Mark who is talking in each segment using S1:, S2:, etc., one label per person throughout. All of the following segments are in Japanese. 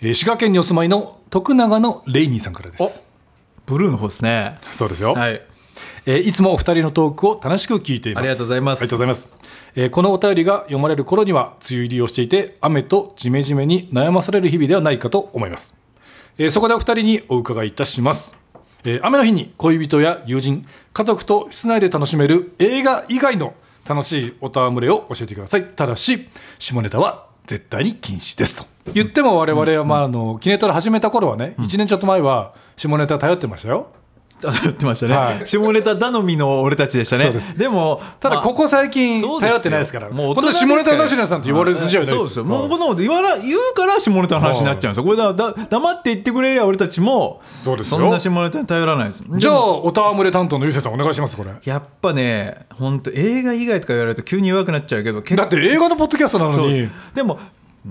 S1: えー滋賀県にお住まいの徳永のレイニーさんからで
S2: お
S1: す
S2: ブルーの方で すね
S1: そうですよ、
S2: はい
S1: えーいつもお二人のトークを楽しく聞いています
S2: ありがとうございます
S1: ありがとうございます、えーこのお便りが読まれる頃には梅雨入りをしていて雨とジメジメに悩まされる日々ではないかと思います、えーそこでお二人にお伺いいたします、えー雨の日に恋人や友人家族と室内で楽しめる映画以外の楽しいお戯れを教えてくださいただし下ネタは絶対に禁止ですと言っても我々は、まあ、あのキネトラ始めた頃はね、1年ちょっと前は下ネタ頼ってましたよ
S2: あ言ってましたね、
S1: はい
S2: 下ネタ頼みの俺たちでしたね
S1: そうです
S2: でも
S1: ただ
S2: まあ
S1: ここ最近
S2: そう
S1: 頼ってないですから、
S2: もう
S1: こんな下ネタなしなさんって言われる
S2: じ
S1: 筋合いない
S2: そうですよ。もうこんなこと言わら言うから下ネタの話になっちゃうんですよ。これだだ黙って言ってくれりゃ俺たちも
S1: そうですよ
S2: んな下ネタに頼らないです。
S1: じゃあおたわむれ担当のゆうせいさんお願いしますこれだ
S2: やっぱね、本当映画以外とか言われると急に弱くなっちゃうけど、結構
S1: って映画のポッドキャストなのに
S2: そうでも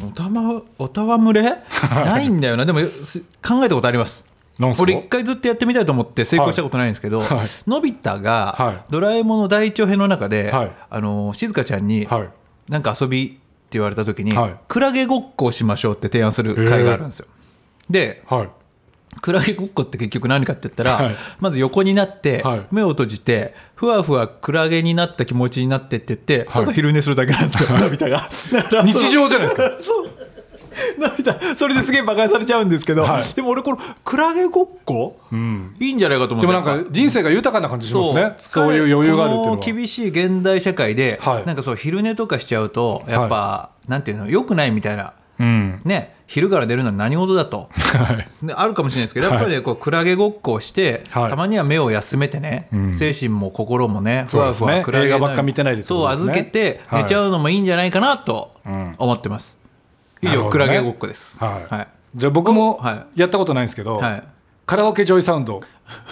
S2: おたまおたわ むれないんだよな。でもす考えたことあります。
S1: なんすか
S2: 俺一回ずっとやってみたいと思って成功したことないんですけど、
S1: いはい
S2: のび太が、
S1: はい
S2: ドラえもんの第一編の中で、
S1: はい
S2: あの静香ちゃんに、
S1: はい
S2: なんか遊びって言われた時に、
S1: はい
S2: クラゲごっこをしましょうって提案する会があるんですよ。で
S1: はい
S2: クラゲごっこって結局何かって言ったら、
S1: はい
S2: まず横になって、
S1: はい
S2: 目を閉じてふわふわクラゲになった気持ちになってって言って、
S1: はい
S2: ただ昼寝するだけなんですよ、 のび太が。だからその
S1: 日常じゃないですか
S2: そうのび太それですげえ馬鹿にされちゃうんですけど、
S1: はい
S2: でも俺このクラゲごっこ、
S1: ん
S2: いいんじゃないかと思う
S1: で
S2: ん
S1: も
S2: です
S1: な
S2: よ
S1: んか人生が豊かな感じしますねそう
S2: 疲れ
S1: いう余裕があるっていうの
S2: こ
S1: は
S2: 厳しい現代社会で、
S1: はい
S2: なんかそう昼寝とかしちゃうとやっぱ、なんていうの良くないみたいな
S1: うん
S2: ね昼から出るのは何事だと。
S1: はい
S2: ねあるかもしれないですけどやっぱりねこうクラゲごっこをして、
S1: はい
S2: たまには目を休めてね、
S1: ん
S2: 精神も心もねふ
S1: そう
S2: わ
S1: です
S2: ふ
S1: ね
S2: わクラゲの
S1: 映画ばっか見てないでってこ
S2: そう
S1: とですね
S2: 預けて
S1: はい
S2: 寝ちゃうのもいいんじゃないかなと
S1: うん
S2: 思ってます、以
S1: なる
S2: 上、
S1: ほ
S2: ク
S1: どね
S2: ラゲごっこです
S1: はい
S2: はい
S1: じゃあ僕も
S2: は
S1: やったことないんですけど、
S2: はい
S1: カラオケジョイサウン ド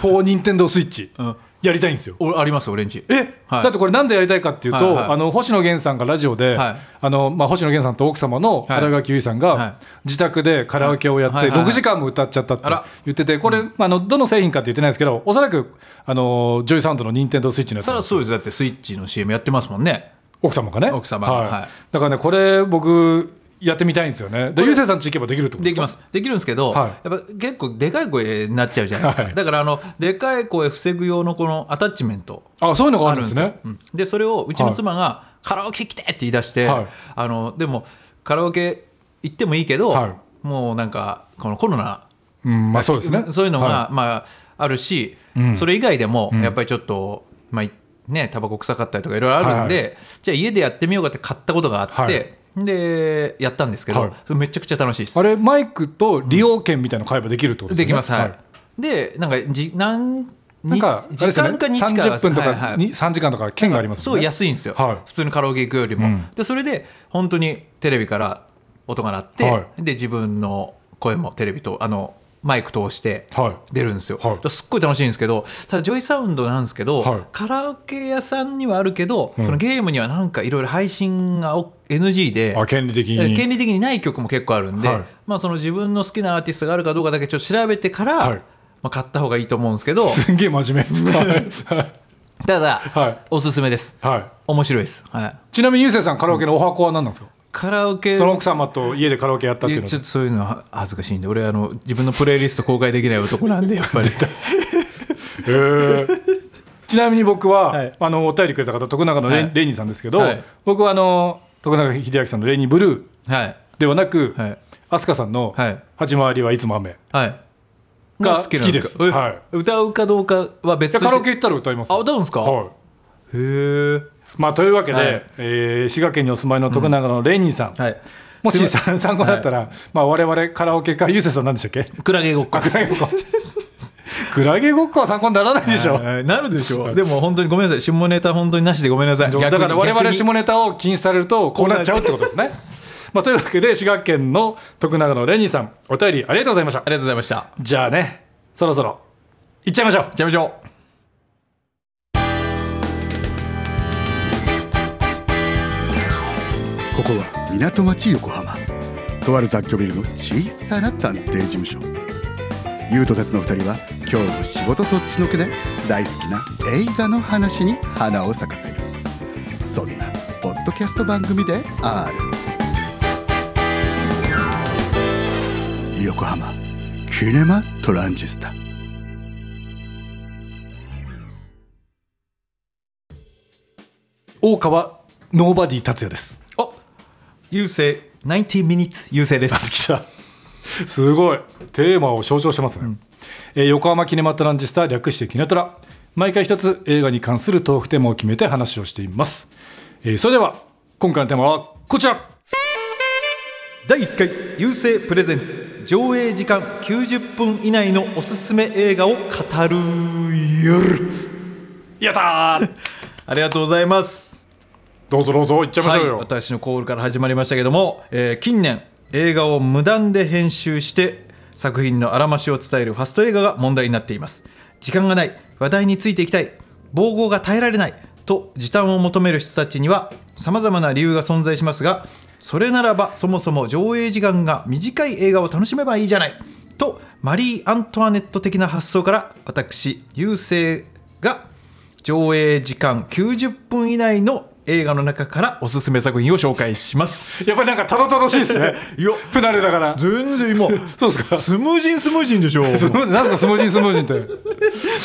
S1: 4ニンテンドースイッチ
S2: うん
S1: やりたいんですよ
S2: おありますオレンジ
S1: え、
S2: はい
S1: だってこれなんでやりたいかっていうと、
S2: はいはい
S1: あの星野源さんがラジオで、
S2: はい
S1: あのまあ、星野源さんと奥様の
S2: はい
S1: 新垣結衣さんが、
S2: はい
S1: 自宅でカラオケをやって、
S2: はいはいはい
S1: 6時間も歌っちゃったって
S2: あら
S1: 言っててこれ、まあ、あのどの製品かって言ってないですけどおそらくあのジョイサウンドの任天堂スイッチのやつ
S2: そ
S1: なんで
S2: りゃ
S1: す
S2: そうですだってスイッチの CM やってますもんね
S1: 奥様がね
S2: 奥様が
S1: はい
S2: はい
S1: だからねこれ僕やってみたいんですよねで
S2: れ
S1: ゆうせいさんち行けばできるってこと
S2: で
S1: です
S2: き
S1: か
S2: ますできるんですけど、
S1: はい
S2: やっぱ結構でかい声になっちゃうじゃないですか、
S1: はい
S2: だからあのでかい声防ぐ用のこのアタッチメント
S1: あそういうのがあ
S2: あ
S1: る
S2: る
S1: ん
S2: ん
S1: で
S2: ですす
S1: ね
S2: よ。うんでそれをうちの妻がカラオケ来てって言い出して、
S1: はい
S2: あのでもカラオケ行ってもいいけど、
S1: はい
S2: もうなんかこのコロナ
S1: うんまあ、そうですね
S2: そういうのが、
S1: は
S2: まああるし、
S1: ん
S2: それ以外でもやっぱりちょっと、まあいねタバコ臭かったりとかいろいろあるんで、
S1: はい
S2: じゃあ家でやってみようかって買ったことがあって、でやったんですけど、
S1: はい
S2: それめちゃくちゃ楽しいです
S1: あ。れマイクと利用券みたいなの買えばできるってことです
S2: で
S1: よね
S2: きますはい、でなんかじなん
S1: なんか、
S2: 日
S1: あれで
S2: 時
S1: すよね
S2: 間か日か
S1: 30分と
S2: はいは
S1: か
S2: い
S1: に3時間とか券があります
S2: そう安
S1: い。
S2: いんですよ、
S1: はい
S2: 普通のカラオケ行くよりも、
S1: うん
S2: でそれで本当にテレビから音が鳴って、
S1: は
S2: で自分の声もテレビとあのマイク通して
S1: はい
S2: 出るんですよ、
S1: はい
S2: だからすっごい楽しいんですけどただジョイサウンドなんですけど、
S1: はい
S2: カラオケ屋さんにはあるけど、
S1: うん
S2: そのゲームにはなんかいろいろ配信がお NG で
S1: あ、権利的に。
S2: 権利的にない曲も結構あるんで、
S1: はい
S2: まあ、その自分の好きなアーティストがあるかどうかだけちょっと調べてから、
S1: はい
S2: まあ、買った方がいいと思うんですけど
S1: すんげえ真面目。はい
S2: ただ、
S1: はい
S2: おすすめです
S1: は
S2: 面白いです、はい、
S1: い。ちなみに、ゆうせいさん、カラオケのお箱は何なんですか
S2: カラオケ
S1: その奥様と家でカラオケやったっていう
S2: い
S1: の
S2: やちょっとそういうのは恥ずかしいんで俺あの自分のプレイリスト公開できない男なんでや っぱり
S1: は。へ ーちなみに僕
S2: は、
S1: はいあの、お便りくれた方、徳永の
S2: は
S1: レ
S2: い
S1: レイニーさんですけど
S2: はい、
S1: 僕はあの、徳永秀明さんのレイニーブルー
S2: はい
S1: ではなく
S2: はい、
S1: 飛鳥さんの
S2: はい
S1: 始まりはいつも雨。
S2: はい
S1: が
S2: 好きなんですか
S1: 好きですはい
S2: え歌うかどうかは別
S1: で
S2: として
S1: カラオケ行ったら歌いますよ。
S2: あ歌うんですか
S1: はい。
S2: へえ
S1: まあ、というわけで、
S2: はい
S1: えー滋賀県にお住まいの徳永のレイニーさん、
S2: はい
S1: もし
S2: すいま
S1: 参参考だったら、まあ、我々カラオケかゆうせいさんなんでしたっけ
S2: クラゲごっこ
S1: あクラゲごっこクラゲごっこは参考にならないでしょ、
S2: はいなるでしょでも本当にごめんなさい下ネタ本当になしでごめんなさい
S1: だから我々
S2: ネ
S1: 下ネタを禁止されるとこうなっちゃうってことですね まあ、というわけで滋賀県の徳永のレイニーさんお便りありがとうございました
S2: ありがとうございました
S1: じゃあねそろそろ行っちゃいましょう
S2: じゃあ行きましょう
S3: ここは港町横浜とある雑居ビルの小さな探偵事務所優斗たちの2人は今日も仕事そっちのけで大好きな映画の話に花を咲かせるそんなポッドキャスト番組である横浜キネマトランジスタ
S1: 大川ノーバディ達也です
S2: お優勢90 minutes 優勢です
S1: 来たすごいテーマを象徴してますね、えー横浜キネマトランジスタ略してキネトラ毎回一つ映画に関するトークテーマを決めて話をしています、えーそれでは今回のテーマはこちら
S2: 第1回優勢プレゼンツ上映時間90分以内のおすすめ映画を語る夜
S1: やった ー
S2: ありがとうございます
S1: どうぞどうぞ行っちゃいましょうよ、
S2: はい、私のコールから始まりましたけども、えー近年映画を無断で編集して作品のあらましを伝えるファスト映画が問題になっています時間がない話題についていきたい防護が耐えられないと時短を求める人たちにはさまざまな理由が存在しますがそれならばそもそも上映時間が短い映画を楽しめばいいじゃないとマリー・アントワネット的な発想から私優勢が上映時間90分以内の映画の中からおすすめ作品を紹介します。
S1: やっぱりなんかたどたどしいです ね
S2: よ
S1: 不慣れだから
S2: 全然もう、
S1: そうですか
S2: スムージンスムージンでしょ。
S1: スムなんすかスムージンスムージンっ て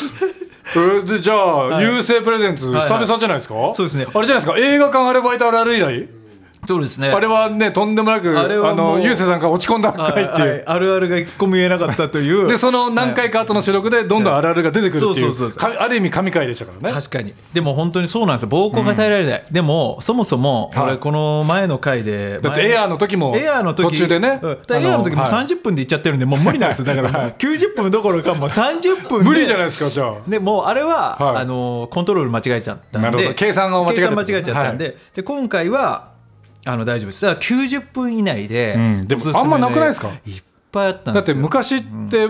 S1: えーでじゃあ、
S2: い
S1: 優勢プレゼンツ、
S2: はい
S1: 久々じゃないですか、
S2: そうですね
S1: あれじゃないですか映画館アルバイトあるある以来
S2: そうですね
S1: あれはねとんでもなくあ
S2: あれはもう
S1: のゆうせいさんが落ち込んだ回っていう、
S2: はいあるあるが一個見えなかったという。
S1: でその何回か後の収録でどんどんあるあるが出てくるってい
S2: そううそうそうそう
S1: かある意味神回でしたからね
S2: 確かにでも本当にそうなんですよ暴行が耐えられない、でもそもそも
S1: は
S2: 俺
S1: い
S2: この前の回で
S1: だってエアーの時も
S2: エアーの時
S1: 途中でね
S2: うんだからエアーの時も
S1: あのはい
S2: 30分で行っちゃってるんでもう無理なんですよだからもう90分どころかもう30分で
S1: 無理じゃないですかじゃあ
S2: でもうあれは、
S1: はい
S2: あのコントロール間違えちゃった
S1: なんるほ
S2: で
S1: ど計算を間違えてた
S2: 計算間違えちゃったんで,、で今回はあの大丈夫ですだから90分以内で、
S1: うんでも
S2: おすすめの
S1: あんまなくないですか
S2: いっぱいあったん
S1: だ
S2: で
S1: っ
S2: す
S1: て
S2: よ
S1: 昔って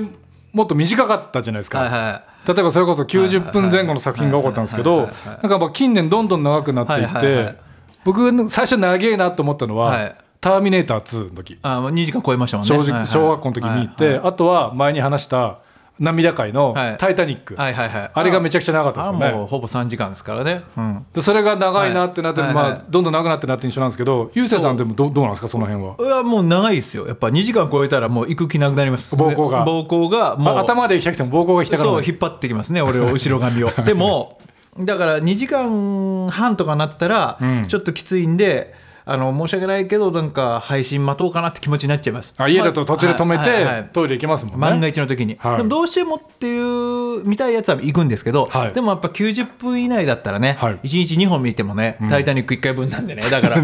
S1: もっと短かったじゃないですか、
S2: はいはい
S1: 例えばそれこそ90分前後の作品が多かったんですけ
S2: はい
S1: ど
S2: はいはいは
S1: な
S2: い
S1: んかやっぱ近年どんどん長くなっていって、
S2: はいはいはい
S1: 僕の最初長えなと思ったのは「
S2: はい
S1: ターミネーター2」の時
S2: あもう2時間超えましたもんね
S1: 正
S2: はいは
S1: 直
S2: い
S1: 小学校の時に行って、
S2: はいはい
S1: あとは前に話した涙会の
S2: は
S1: 「
S2: い
S1: タイタニック」
S2: はいはいはい
S1: あれがめちゃくちゃ長かったですよね
S2: あもうほぼ3時間ですからね、うん、
S1: でそれが長いなってなって、
S2: はいはい
S1: ま
S2: は
S1: あ
S2: い、
S1: どんどん長くなってなって印象なんですけど、ゆうせいさ
S2: そ
S1: ん
S2: う
S1: でもどうどうなんですか、その辺は。
S2: うわもう長いですよやっぱ2時間超えたらもう行く気なくなります
S1: 膀胱が
S2: で膀胱がもう
S1: あ頭で行きたくても膀胱が行きたから
S2: そ
S1: な
S2: う
S1: い
S2: 引っ張ってきます ね俺を後ろ髪をでもだから2時間半とかなったら
S1: うん
S2: ちょっときついんで、あの申し訳ないけどなんか配信待とうかなって気持ちになっちゃいます
S1: あ家だと途中で止め
S2: はいはいは
S1: て
S2: い、
S1: トイレ行けますもんね。
S2: 万が一の時に、
S1: はい
S2: でもどうしてもっていう見たいやつは行くんですけど、
S1: はい
S2: でもやっぱ90分以内だったらね、
S1: はい
S2: 一1日2本見てもね「タイタニック」1回分なんでね だから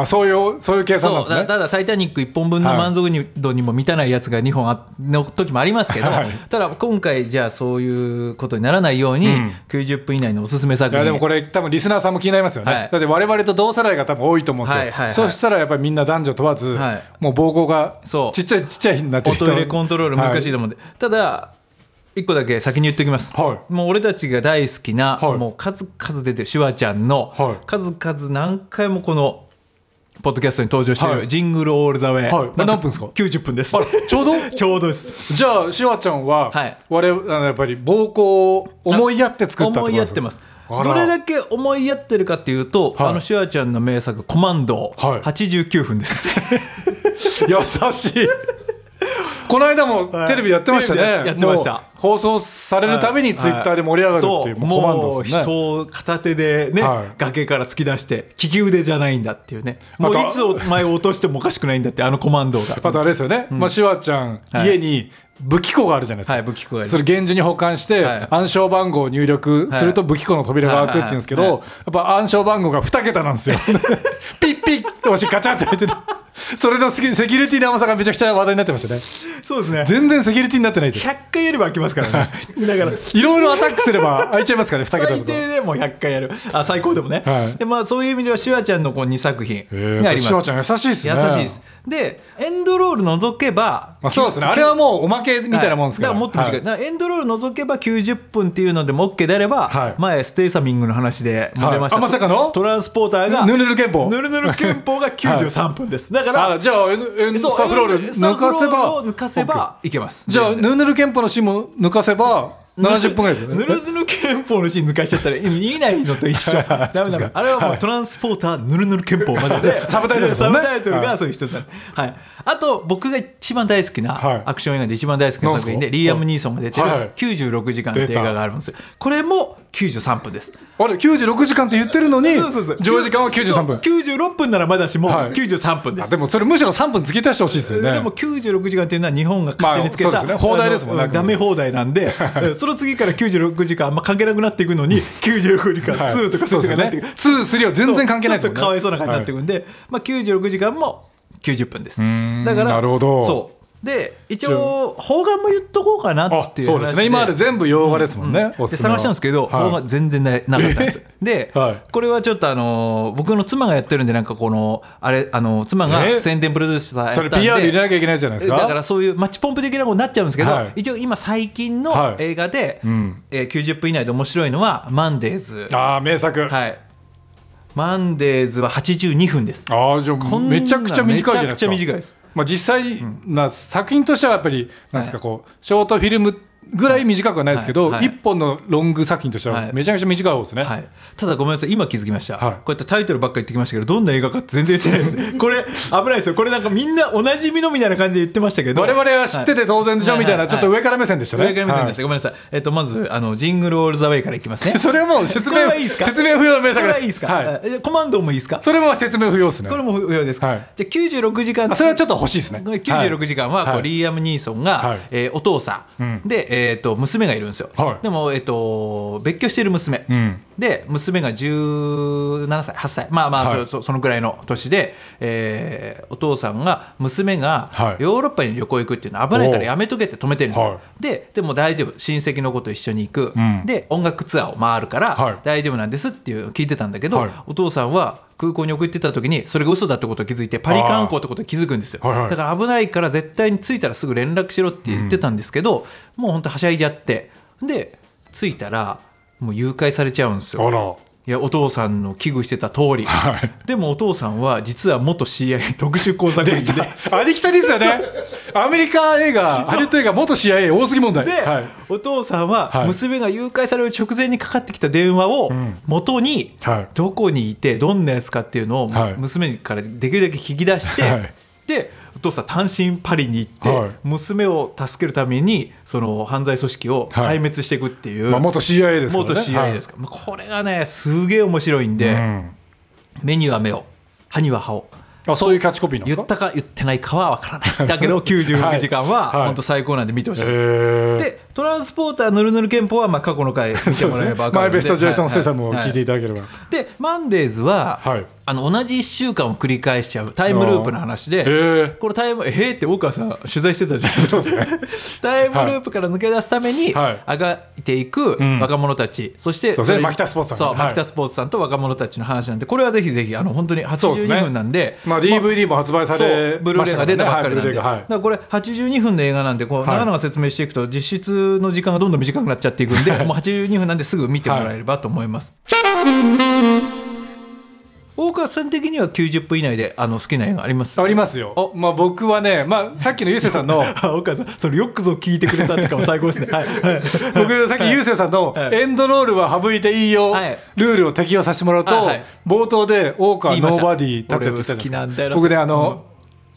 S1: あそういう、そういう計算なん
S2: そ
S1: で
S2: う
S1: すね
S2: だ。ただ「タイタニック」1本分の満足度にも満たないやつが2本あの時もありますけど、
S1: はい
S2: ただ今回じゃあそういうことにならないように、
S1: うん
S2: 90分以内のおすすめ作
S1: いやで
S2: 品
S1: もこれ多分リスナーさんも気になりますよね、
S2: はい
S1: だって我々と同世代が多分多いと思うんですよ、
S2: はいはいはい
S1: そうしたらやっぱりみんな男女問わず、
S2: はい
S1: もう膀胱が
S2: そう
S1: ちっちゃいちっちゃい日になって
S2: お
S1: きた
S2: トイレコントロール難しい
S1: は
S2: と思うんで、ただ1個だけ先に言っておきます、
S1: は
S2: もう俺たちが大好きな、
S1: はい
S2: もう数々出てるシュワちゃんの、
S1: はい
S2: 数々何回もこのポッドキャストに登場している、
S1: はい
S2: ジングルオールザウェイ、
S1: はい
S2: なん
S1: 何分ですか
S2: ?90 分です
S1: あらちょうど
S2: ちょうどです
S1: じゃあシュワちゃんは、
S2: はい
S1: 我々あのやっぱり膀胱を思いやって作ったってこと
S2: 思い
S1: な
S2: や
S1: んで
S2: っ
S1: す
S2: てます
S1: あら
S2: どれだけ思いやってるかっていうと、
S1: はい
S2: あのシュワちゃんの名作「コマンド」
S1: はい
S2: 89分です、
S1: 優しいこの間もテレビやってましたね、
S2: はいテレビやってました
S1: もう放送されるたびにツイッターで盛り上がるっていう
S2: そ
S1: もうコマンド
S2: もう
S1: ですね
S2: 人を片手でね、
S1: はい
S2: 崖から突き出して利き腕じゃないんだっていうね
S1: ま
S2: もう
S1: た
S2: いつお前を落としてもおかしくないんだってあのコマンドが
S1: あとあれですよね、まあ、シュワちゃん、
S2: はい
S1: 家に武器庫があるじゃないですか、
S2: はい武器庫があり
S1: そ
S2: ま
S1: れ
S2: す
S1: 厳重に保管して、
S2: はい
S1: 暗証番号を入力すると武器庫の扉が開くっていうんですけど、
S2: はいはいは
S1: やっぱ暗証番号が2桁なん ですよピッピッって押しガチャって開いてるそれのセキセキュリティの甘さがめちゃくちゃ話題になってましたね
S2: そうですね
S1: 全然セキュリティになってないで
S2: 100回やれば開きますからねだから
S1: いろいろアタックすれば開いちゃいますからね2桁
S2: 最
S1: とか
S2: 低でも100回やるあ最高でもね、
S1: はい
S2: でまあ、そういう意味ではシュワちゃんのこう2作品
S1: え
S2: にあります
S1: シュワちゃん優しいですね
S2: 優しいですでエンドロール除けば、
S1: まあ、そうですねあれはもうおまけみたいなもんですから、
S2: はいだからもっと短い、
S1: は
S2: だからエンドロール除けば90分っていうのでも OK であれば、
S1: はい
S2: 前ステイサミングの話でも出ました、
S1: はいあまさかの
S2: トランスポーターが
S1: ぬぬる憲法
S2: ぬるぬる憲法が93分です、だから
S1: あじゃあエンエンス
S2: そう
S1: タッフロール
S2: スタッ
S1: 抜
S2: フロ
S1: かせ
S2: ール
S1: ば
S2: を抜かせばいけます
S1: じゃあ
S2: 全然
S1: ヌーヌル憲法のシーンも抜かせば70分ぐらいだよね
S2: ぬるずぬ憲法のシーン抜かしちゃったら言えないのと一 緒ダ
S1: そうで
S2: メダ
S1: す
S2: メ
S1: か
S2: あれはもうトランスポーターぬるぬる憲法までで
S1: サブタイトルです
S2: サ
S1: もん
S2: ブ
S1: ね
S2: タイトル
S1: は
S2: が
S1: い
S2: そういう人さはいあと僕が一番大好
S1: は
S2: き
S1: い
S2: なアクション映画で一番大好きな作品
S1: なんす
S2: で
S1: か
S2: リーアム・ニーソンが出てる
S1: はい
S2: 96時間って映画があるんですよこれも93分です
S1: あれ96時間って言ってるのに
S2: そうそうそう
S1: 上時間は93分
S2: そう96分ならまだしも
S1: はい
S2: 93分で
S1: あ
S2: す
S1: でもそれむしろ3分付け足してほしいですよね
S2: でも96時間っていうのは日本が勝手につけた、
S1: まあそうですね放題ですもんね
S2: あのダメ放題なんでうんその次から96時間あんま関係なくなっていくのに96時間
S1: はい
S2: 2とか
S1: そうです
S2: そうとか
S1: よ
S2: なっ
S1: ね
S2: ていく、
S1: 23は全然関係ないですも
S2: そ
S1: ね
S2: うんちょっとかわいそうな感じになっていくんで、まあ、96時間も90分ですだから
S1: なるほど
S2: そうで一応方眼も言っとこうかな
S1: あ
S2: っていう話
S1: そうですね今まで全部洋画ですもんね、お
S2: です
S1: すめは
S2: 探したんですけど、
S1: はい
S2: 動画全然ななかった んです。で、
S1: はい
S2: これはちょっとあのー僕の妻がやってるんでなんかこのあれあの妻
S1: え
S2: が宣伝プロデューサーやった
S1: そ
S2: ん
S1: れ
S2: で。
S1: PR 入れなきゃいけないじゃないですか
S2: だからそういうマッチポンプ的なことになっちゃうんですけど、
S1: はい
S2: 一応今最近
S1: は
S2: の
S1: い
S2: 映画で、
S1: ん
S2: えー90分以内で面白いのは「マンデーズ」
S1: ああ名作、
S2: はい「マンデーズ」は82分です
S1: ああじゃあ
S2: こんな
S1: めちゃくちゃ短いじゃないですか
S2: めちゃくちゃ短いです
S1: まあ、実際な作品としてはやっぱりなんですかこうショートフィルムぐらい短くはないですけど、
S2: はいはい
S1: 一本のロング作品として
S2: は
S1: はいめちゃくちゃ短い方ですね、
S2: はい、ただごめんなさい今気づきました、
S1: はい
S2: こうやってタイトルばっかり言ってきましたけどどんな映画か全然言ってない ですこれ危ないですよこれなんかみんなおなじみのみたいな感じで言ってましたけど
S1: 我々は知ってて当然でしょ、
S2: はい
S1: みたいな
S2: はい
S1: ちょっと上から目線でしたね、
S2: 上から目線でした、
S1: は
S2: ごめんなさい、えっと、まずあのジングル・オール・ザ・ウェイからいきますね
S1: い それはもう説
S2: これ
S1: 明
S2: はいいですか
S1: 説明不要の名
S2: こ
S1: 作
S2: れ
S1: で
S2: は
S1: す
S2: いいですか、
S1: はい、
S2: えコマンドもいいですか
S1: それも説明不要ですね
S2: これも不要ですか、
S1: はい
S2: じゃあ96時間
S1: あそれはちょっと欲しいですね
S2: 96時間はこう
S1: はい
S2: リーアム・ニーソンが、
S1: はい
S2: えーお父さん
S1: うん
S2: で、えー、と娘がいるんですよ、
S1: はい
S2: でも、えー、と別居してる娘、
S1: うん
S2: で娘が17歳8歳まあまあ、
S1: はい
S2: そそそのぐらいの年で、えーお父さんが娘
S1: は
S2: が
S1: い
S2: ヨーロッパに旅行行くっていうのは危ないから
S1: おう
S2: やめとけって止めてるんですよ、
S1: はい
S2: ででも大丈夫親戚の子と一緒に行く、
S1: うん
S2: で音楽ツアーを回るから、
S1: はい
S2: 大丈夫なんですっていうのを聞いてたんだけど、
S1: はい
S2: お父さんは空港に送ってった時にそれが嘘だってことを気づいてパリ観光ってことを気づくんですよ、
S1: あーはいはい
S2: だから危ないから絶対に着いたらすぐ連絡しろって言ってたんですけど、もうほんとはしゃいじゃってで着いたらもう誘拐されちゃうんですよ
S1: あら
S2: いやお父さんの危惧してた通り、
S1: はい
S2: でもお父さんは実は元 CIA 特殊工作員で
S1: ありきたりですよねアメリカ映画ハリウッド映画元 CIA 大杉問題
S2: で、
S1: はい、
S2: お父さん
S1: は
S2: はい娘が誘拐される直前にかかってきた電話を
S1: ん
S2: 元に
S1: はい
S2: どこにいてどんなやつかっていうのを
S1: はい
S2: 娘からできるだけ引き出して、
S1: はい
S2: でお父さん単身パリに行って、
S1: はい
S2: 娘を助けるためにその犯罪組織を壊滅していくっていう、
S1: まあ、元 CIA ですからね
S2: 元 CIA ですから、まあこれがねすげえ面白いんで、
S1: はいうん
S2: 目には目を歯には歯を。
S1: あそういうキャッチコピーなんで
S2: 言
S1: す
S2: っ
S1: か
S2: たか言ってないかは分からないだ けど96時間は
S1: はい
S2: 本当最高なんで見てほしいです、
S1: へー
S2: でトランスポーターぬるぬる憲法はまあ過去の回見 て
S1: そう
S2: も
S1: ですね
S2: らえれば分か
S1: マ
S2: る
S1: イ
S2: んで
S1: ベストジェイソン・ステイさんも聞いて
S2: はい
S1: ただければ、
S2: でマンデーズは、
S1: はい
S2: あの同じ1週間を繰り返しちゃうタイムループの話
S1: あーへ
S2: で
S1: ー
S2: これタイムえーって大川さん取材してたじゃないで す
S1: そ
S2: か
S1: うですね
S2: タイムループから抜け出すために
S1: はい
S2: あがいていく
S1: ん
S2: 若者たち、そして
S1: そうですねマキタスポーツさん
S2: そう
S1: はい
S2: マキタスポーツさんと若者たちの話なんでこれはぜひぜひあの本当に
S1: そうですね
S2: 82分なんで
S1: まあ、DVD も発売さ
S2: そう
S1: れ
S2: ブルーレイが出たばっかりなんで、
S1: ました
S2: だ
S1: ね
S2: からこれ82分の映画なんでこう、
S1: い
S2: 長々説明していくと実質の時間がどんどん短くなっちゃっていくんでもう82分なんですぐ見てもらえればと思います、大川さん的には90分以内であの好きな映画あります
S1: はいありますよ、まあ、僕はね、まあ、さっきのゆうせいさんの
S2: あ大川さんそれよくぞ聞いてくれたってかも最高ですねはい、はい
S1: 僕さっきゆうせいさんの
S2: はい
S1: エンドロールは省いていいよ、
S2: はい
S1: ルールを適用させてもらうと、
S2: はいはい
S1: 冒頭で「オーカー
S2: 言いま
S1: ノ
S2: し
S1: ー
S2: た
S1: バディ」達也って言ったじゃいですか
S2: 俺好きなんだよな
S1: 僕ねあの、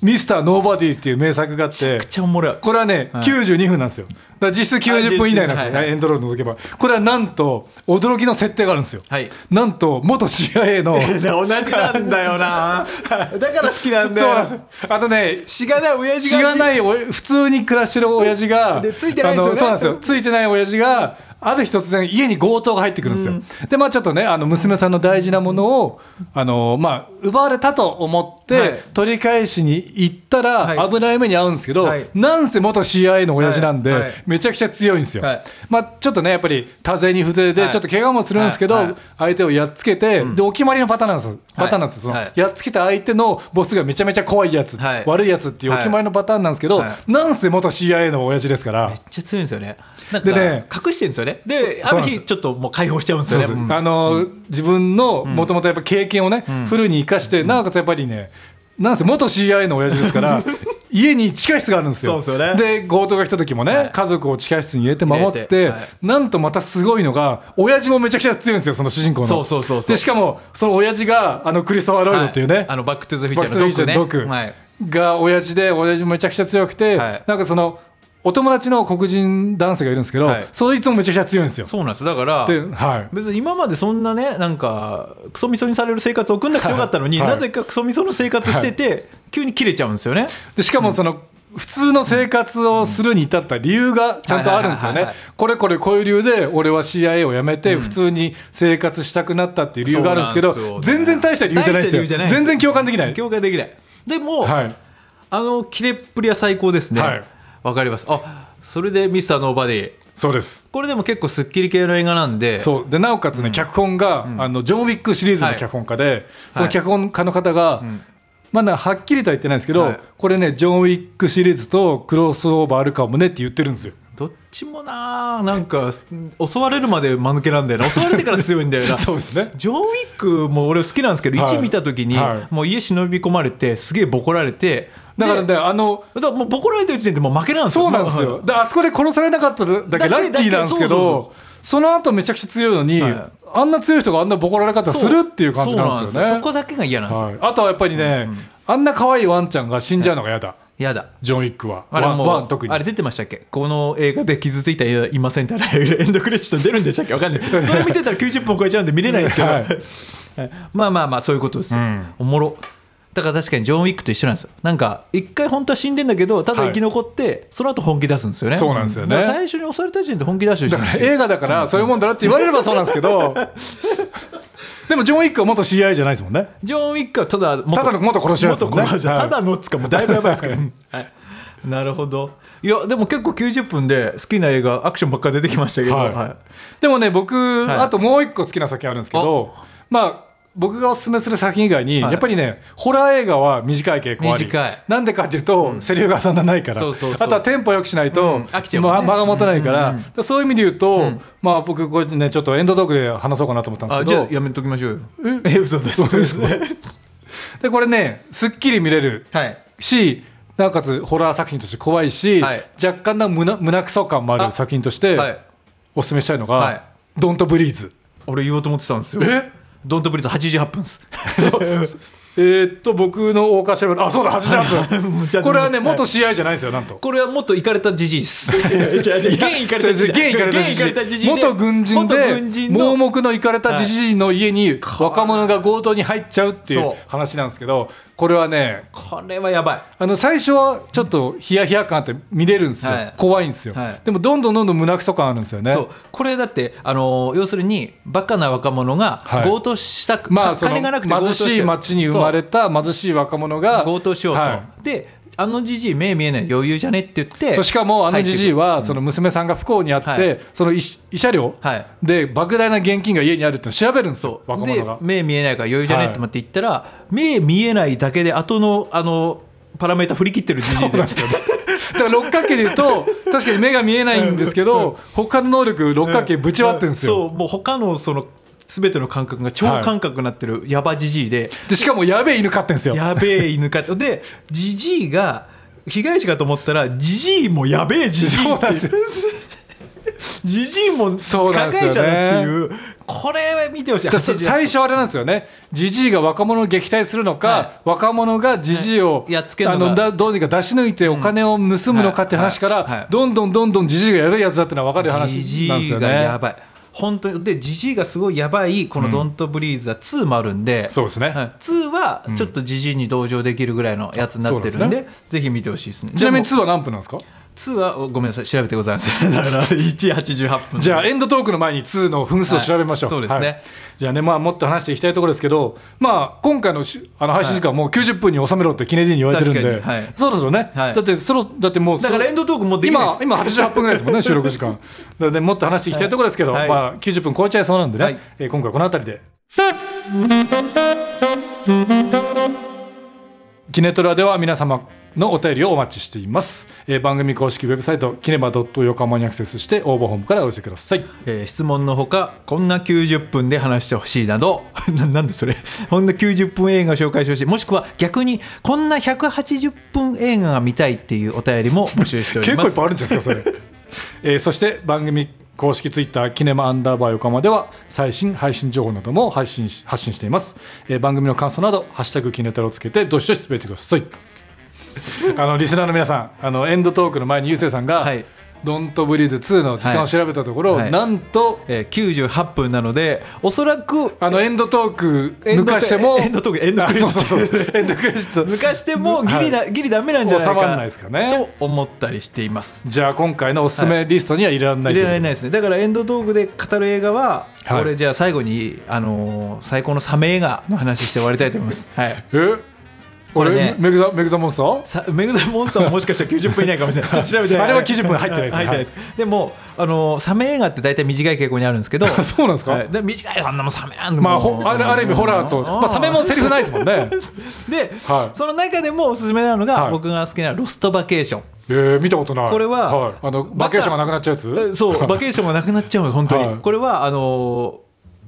S1: ミスターノーバディ」っていう名作があっ
S2: めちゃ
S1: て
S2: くちゃおもろい
S1: これはね、92分なんですよだから実質90分以内なんですよ、
S2: はいはい
S1: エンドロール除けばこれはなんと驚きの設定があるんですよ、
S2: はい
S1: なんと元 CIA の
S2: 同じなんだよなだから好きなんだ
S1: そうな
S2: よ
S1: ん
S2: な
S1: ですよあのね
S2: しがない親父
S1: 知
S2: が
S1: らないお普通に暮らしてる親父が
S2: でついてないんです
S1: あ
S2: よね
S1: のそうなんですよついてない親父がある日突然家に強盗が入ってくるんですよ、でまあちょっとねあの娘さんの大事なものをあの、まあ、奪われたと思って、
S2: はい
S1: 取り返しに行った
S2: は
S1: ら
S2: い
S1: 危ない目に遭うんですけど、
S2: はい
S1: なんせ元 CIA の親父なんで、
S2: はいはい
S1: めちゃくちゃ強いんですよ、
S2: はい
S1: まあ、ちょっとねやっぱり多勢に不勢
S2: は
S1: で
S2: い
S1: ちょっと怪我もするんですけど、
S2: はいはい
S1: 相手をやっつけて、でお決まりのパターンなんですパターンなんですよ、
S2: はい
S1: そのやっつけた相手のボスがめちゃめちゃ怖いやつ、
S2: はい
S1: 悪いやつっていうお決まりのパターンなんですけど、
S2: は
S1: なんせ元 CIA の親父ですから、
S2: めっちゃ強いんですよね。なん
S1: で
S2: か
S1: ね
S2: 隠してるんですよね。で、
S1: そ
S2: あ
S1: そう
S2: る
S1: なんです
S2: 日ちょっともう解放しちゃうんですよね。うん
S1: あの自分のもともとや っぱ経験をね、フルに生かして、なおかつやっぱりねなんせ元 CIA の親父ですから家に地下室があるんですよ
S2: そうですよね
S1: で強盗が来た時もね、
S2: はい
S1: 家族を地下室に入れて守っ
S2: 入れ
S1: て
S2: てはい
S1: なんとまたすごいのが親父もめちゃくちゃ強いんですよその主人公の
S2: そうそうそうそう
S1: でしかもその親父があのクリストファー・ロイドっていうね、
S2: はいあのバック・トゥ・ザ・フィーチ
S1: バ
S2: ャ
S1: ッ
S2: ー
S1: クトゥ
S2: の
S1: ーザフューチャーの
S2: ド
S1: ド
S2: クね
S1: ク
S2: はい、
S1: が親父で親父もめちゃくちゃ強くて、
S2: はい
S1: なんかそのお友達の黒人男性がいるんですけど、
S2: はい
S1: そいつもめちゃくちゃ強いんですよ。
S2: そうなんですだから
S1: ではい、
S2: 別に今までそんなねなんかクソみそにされる生活を送んなくてよかったのに、
S1: はい
S2: なぜかクソみその生活してて、急に切れちゃうんですよね
S1: でしかもその、普通の生活をするに至った理由がちゃんとあるんですよ
S2: はい
S1: ね
S2: はいはいはい。
S1: これこれこういう理由で俺は CIA を辞めて普通に生活したくなったっていう理由があるんですけど
S2: そうなんですよ
S1: 全然大した理由じゃないんですよ
S2: 大した理由じゃない
S1: 全然共感できない。
S2: 共感できないでも、
S1: はい、
S2: あの切れっぷりは最高ですねわ、
S1: はい
S2: かりますあそれでミスターノーバディ
S1: そうです
S2: これでも結構スッキリ系の映画なんで
S1: そうでなおかつね、脚本が、あのジョン・ウィックシリーズの脚本家で、その脚本家の方が、まあ、なんかはっきりとは言ってないんですけど、
S2: はい
S1: これねジョン・ウィックシリーズとクロスオーバーあるかもねって言ってるんですよ。
S2: どっちもなあなんか襲われるまで間抜けなんだよな襲われてから強いん だよな
S1: そうですね
S2: ジョン・ウィックも俺好きなんですけど、
S1: はい
S2: 1見た時に、
S1: はい
S2: もう家忍び込まれてすげえボコられて
S1: だから
S2: で
S1: ねあの
S2: だからもうボコられてる時点でもう負けなんですよ
S1: そうなんです
S2: も
S1: よ。であそこで殺されなかっただけラッキーなんですけ
S2: だけだけそうそうそうそ
S1: どその後めちゃくちゃ強いのに、
S2: はい
S1: あんな強い人があんなボコられ方
S2: う
S1: するっていう感じなんですよね。
S2: そうそこだけが嫌なんですよ、
S1: はい、あとはやっぱりね、あんな可愛いワンちゃんが死んじゃうのが嫌だ、
S2: 嫌だ
S1: ジョン・ウィックは。
S2: あれ
S1: ワン
S2: も
S1: ワン
S2: う
S1: 特に
S2: あれ出てましたっけこの映画で傷ついた人いませんってあれエンドクレジットに出るんでしたっけわかんないそれ見てたら90分超えちゃうんで見れないですけど、
S1: はい
S2: まあまあまあそういうことですよ、
S1: ん
S2: おもろだから確かにジョン・ウィックと一緒なんですよなんか一回本当は死んでんだけどただ生き残って、その後本気出すんですよね
S1: そうなんですよね
S2: だから最初に襲われた時点で本気出してるじゃ
S1: だ
S2: ない
S1: から
S2: です か
S1: 映画だからそういうもんだなって言われればそうなんですけ どでもジョン・ウィックは元 CIA じゃないですもんね
S2: ジョン・ウィックはただ元
S1: ただの元殺し屋ですもんね
S2: 元殺し屋
S1: はい
S2: ただのっつうかもうだいぶやばいですけど、はいなるほどいやでも結構90分で好きな映画アクションばっか出てきましたけど、
S1: はい
S2: はい
S1: でもね僕、
S2: い
S1: あともう一個好きな作品あるんですけどまあ僕がおすすめする作品以外に、
S2: はい
S1: やっぱりねホラー映画は短い傾向あり
S2: 短い
S1: なんでかっていうと、セリフがそんなないから
S2: そうそうそう
S1: あとはテンポよくしないと、
S2: 飽きちゃうもんね
S1: まあ、間が持たないから,、そういう意味で言うと、まあ、僕これねちょっとエンドトークで話そうかなと思ったんです
S2: あ
S1: け
S2: じゃ
S1: ど
S2: あやめときましょうよ。え嘘です。嘘です。
S1: でこれねすっきり見れる
S2: はい。
S1: しなおかつホラー作品として怖いし、
S2: はい
S1: 若干な胸胸くそ感もあ
S2: あ
S1: る作品として
S2: はい
S1: おすすめしたいのが「
S2: はい
S1: ドントブリーズ
S2: 俺言おうと思ってたんですよ。
S1: え
S2: ドントブリーズ88分です。」
S1: えーっと僕の大川しゃべるあそうだ88
S2: もうじゃ
S1: 分こ
S2: あ
S1: れはね
S2: はい
S1: 元 CI じゃないんですよなんと。
S2: これはもっとイカれたじじいです。現イカ
S1: 現行かれた
S2: 現イカれた
S1: じ
S2: じ
S1: じ
S2: じ
S1: い
S2: い。
S1: 元軍人
S2: 元
S1: で
S2: 軍人
S1: 盲
S2: の。
S1: 目のいかれたじじいの家に若者が強盗に入っちゃうっていう
S2: そう
S1: 話なんですけどこれはね
S2: これはやばい。
S1: あの最初はちょっとヒヤヒヤ感あって見れるんですよ、
S2: はい
S1: 怖いんですよ、
S2: はい
S1: でもどんどんどんどん胸くそ感あるんですよね
S2: そうこれだって、あのー要するにバカな若者が
S1: はい
S2: 強盗したく、
S1: まあ
S2: か
S1: その
S2: 金がなくて強盗
S1: 貧しい町に生まれた貧しい若者
S2: そ
S1: が
S2: う強盗しようと、
S1: は
S2: であのじじい目見えない余裕じゃねって言って
S1: いしかもあのじじいはその娘さんが不幸にあって、
S2: はい
S1: その慰謝料
S2: はい
S1: で莫大な現金が家にあるってのを調べるんですよ
S2: そう
S1: 若
S2: で
S1: 者が。
S2: 目見えないから余裕じゃねえって思って言ったら、目見えないだけで後のあのパラメータ振り切ってるじじ
S1: そ
S2: いう
S1: なん
S2: で
S1: ですよねだから六角形で言う と確かに目が見えないんですけど他の能力六角形ぶち割ってるんですよ、
S2: そうもう他のその全ての感覚が超感覚になってるヤバじじいで、
S1: でしかもやべえ犬飼ってるんですよ
S2: やべえ犬かとでじじいが被害者かと思ったらじじいもやべえじじい
S1: そう
S2: って
S1: なん
S2: い
S1: で
S2: う
S1: すよ
S2: じじいも
S1: そう
S2: 加
S1: なんです
S2: 害
S1: よね
S2: 者だっていうこれは見てほしい
S1: だから最初あれなんですよね、じじいが若者を撃退するのか、
S2: は
S1: 若者がじじいを、
S2: はいやっつけるの
S1: あ
S2: が
S1: のだどうにか出し抜いてお金を盗むのかって話から、
S2: はいはいはい
S1: どんどんどんどんじじいがやべえやつだってのは分かる話なんですよ
S2: ジジイがや
S1: ね。
S2: ばい本当にでジジイがすごいやばいこの「ドントブリーズは2もあるんで、
S1: そうですね
S2: はい2はちょっとジジイに同情できるぐらいのやつになってる
S1: そ
S2: ん
S1: う
S2: で,、
S1: で
S2: ぜひ見てほしいですね
S1: ちなみに
S2: でも
S1: 2は何分なんですか
S2: 2はおごめんなさい調べてございま せんだから188分
S1: じゃあエンドトークの前に2の分数を調べましょう、
S2: はいそうですね
S1: はいじゃあねまあもっと話していきたいところですけどまあ今回のしあの配信時間もう90分に収めろってキネディに言われてるんで、
S2: 確かにはい
S1: そろそろね、
S2: はい
S1: だってそろだってもう
S2: だからエンドトークもうできない
S1: 今
S2: です
S1: 今88分ぐらいですもんね 収録時間なのでもっと話していきたいところですけど、
S2: はい
S1: まあ、90分超えちゃいそうなんでね、
S2: はい
S1: えー今回この辺りでキネトラでは皆様のお便りをお待ちしています、えー番組公式ウェブサイトキネマ .com 横浜にアクセスして応募フォームからお寄せください
S2: えー質問のほかこんな90分で話してほしいなど ななんでそれこんな90分映画を紹介してほしいもしくは逆にこんな180分映画が見たいっていうお便りも募集しており
S1: 結
S2: ま
S1: 構い
S2: す
S1: っぱいあるんじゃないですかそれ、 えーそして番組公式ツイッターキネマアンダーバー横浜では最新配信情報なども配信し発信しています、えー番組の感想など「ハッシュタグキネタロ」をつけてどしどしつぶやいてくださ いあのリスナーの皆さんあのエンドトークの前にゆうせいさんが、
S2: はい
S1: ドントブリーズ2」の時間を調べたところ、
S2: はいはい
S1: なんと
S2: えー98分なのでおそらく
S1: あのエンドトーク抜かしても
S2: エンドトークエンドクレジット
S1: あそうそう そうエンドクレジット
S2: 抜かしてもギリだ、ギリダメなんじゃないか
S1: 収まらないですかね
S2: と思ったりしています
S1: じゃあ今回のおすすめリストには入れられないと
S2: 入れ
S1: いう
S2: られないですねだからエンドトークで語る映画は、
S1: はい
S2: これじゃあ最後に、あのー最高のサメ映画の話して終わりたいと思 います、はい、
S1: えこ
S2: こ
S1: れ
S2: れ
S1: ね
S2: ね、
S1: メグザメグザモンスター
S2: さメグザモンスターももしかしたら90分以内かもし れないちょっと調べてない
S1: あれは90分入ってないです
S2: 入ってないです、でも、あのーサメ映画って大体短い傾向にあるんですけど
S1: そうなんですか
S2: はいで短いあんなもんサメなんだもん
S1: まあ、ほあるある意味ホラーと、まあ、サメもセリフないですもん ね。
S2: で、
S1: はい
S2: その中でもおすすめなのが、
S1: はい
S2: 僕が好きな「ロストバケーション」
S1: えー、見たことない。
S2: これはい
S1: あの
S2: バカ
S1: バケーションがなくなっちゃうや
S2: え
S1: つ。
S2: そう バケーションがなくなっちゃうの本当に、
S1: はい
S2: これはあのー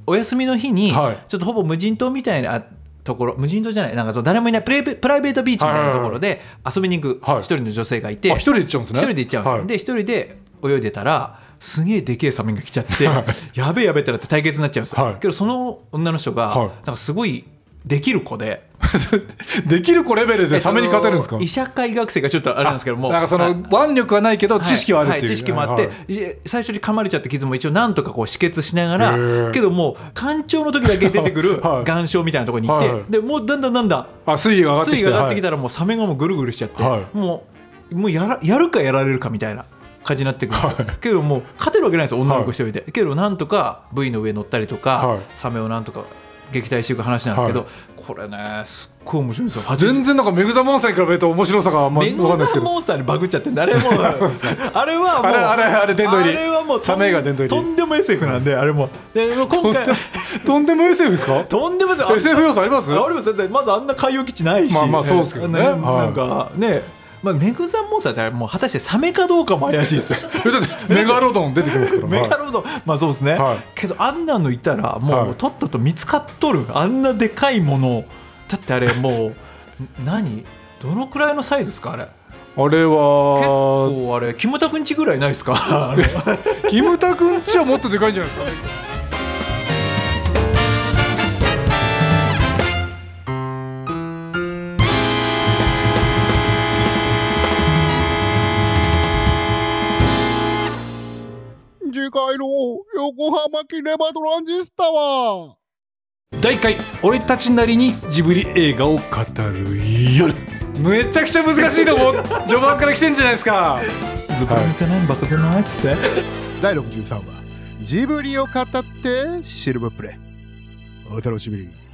S2: お休みの日に、
S1: はい
S2: ちょっとほぼ無人島みたいなところ無人島じゃないなんかその誰もいないプレイベプライベートビーチみたいなところで遊びに行く
S1: はい
S2: 一人の女性がいて
S1: あ一人で行っちゃうんですね
S2: 一人で行っちゃうんですよ、
S1: はい
S2: で一人で泳いでたらすげえでけえサメが来ちゃって
S1: はい
S2: やべえやべえってなって対決になっちゃうんですよ、
S1: はい
S2: けどその女の人が、
S1: はい
S2: なんかすごいできる子で
S1: できる子レベルでサメに勝てるんですか
S2: えっと医者科医学生がちょっとあれなんですけども
S1: なんかその腕力はないけど知識はあるっていう、
S2: い知識もあって、
S1: はい
S2: いえ最初に噛まれちゃった傷も一応なんとかこう止血しなが
S1: へー
S2: らけどもう干潮の時だけ出てく る
S1: はい
S2: 岩礁みたいなところに行って、
S1: はい
S2: でもうだんだんだんだん
S1: あ水位が上がってき
S2: 水
S1: て
S2: 位が上がってきた
S1: は
S2: らもうサメがもうぐるぐるしちゃって、
S1: はい
S2: もうもうやらやるかやられるかみたいな感じになってくるんですよ、けどもう勝てるわけないんですよ女の子一人で、けどなんとかブイの上乗ったりとか、
S1: はい
S2: サメをなんとか撃退していく話なんですけど、
S1: は
S2: これねすっごい面白いんですよ
S1: い全然なんかメグザモンスターに比べると面白さがあんま
S2: メ
S1: 分
S2: グ
S1: かんないで
S2: ザ
S1: すけど
S2: モンスターにバグっちゃってんだあれ もうあれはもう
S1: あれあれあれ殿堂入り
S2: あれはもうとん
S1: サメ映画殿堂入り
S2: とんでも SF なんであれもでもう今回
S1: とんでも SF ですか
S2: とんでも SF あ
S1: SF 要素あります
S2: あれもだってまずあんな海洋基地ないし
S1: まあまあそうですけどね
S2: あ
S1: は
S2: ん
S1: い
S2: ななんかねまあメグザモンスターってあれもう果たしてサメかどうかも怪しいで すよ
S1: えだってメガロドン出てくるんですから
S2: メガロドンまあそうですね、
S1: はい
S2: けどあんなのいたらも
S1: は
S2: う
S1: い
S2: とっとと見つかっとるあんなでかいものだってあれもう 何どのくらいのサイズですかあれ
S1: あれ
S2: 結
S1: は
S2: 構あれキムタクんちぐらいないですか あれ
S1: キムタクんちはもっとでかいんじゃないですか
S4: 次回の横浜キネマトランジスタは
S1: 第1回俺たちなりにジブリ映画を語る夜めちゃくちゃ難しいのも序盤から来てんじゃないですか
S2: ズボン見てないバカじゃないっつって
S3: 第63話ジブリを語ってシルバープレイお楽しみに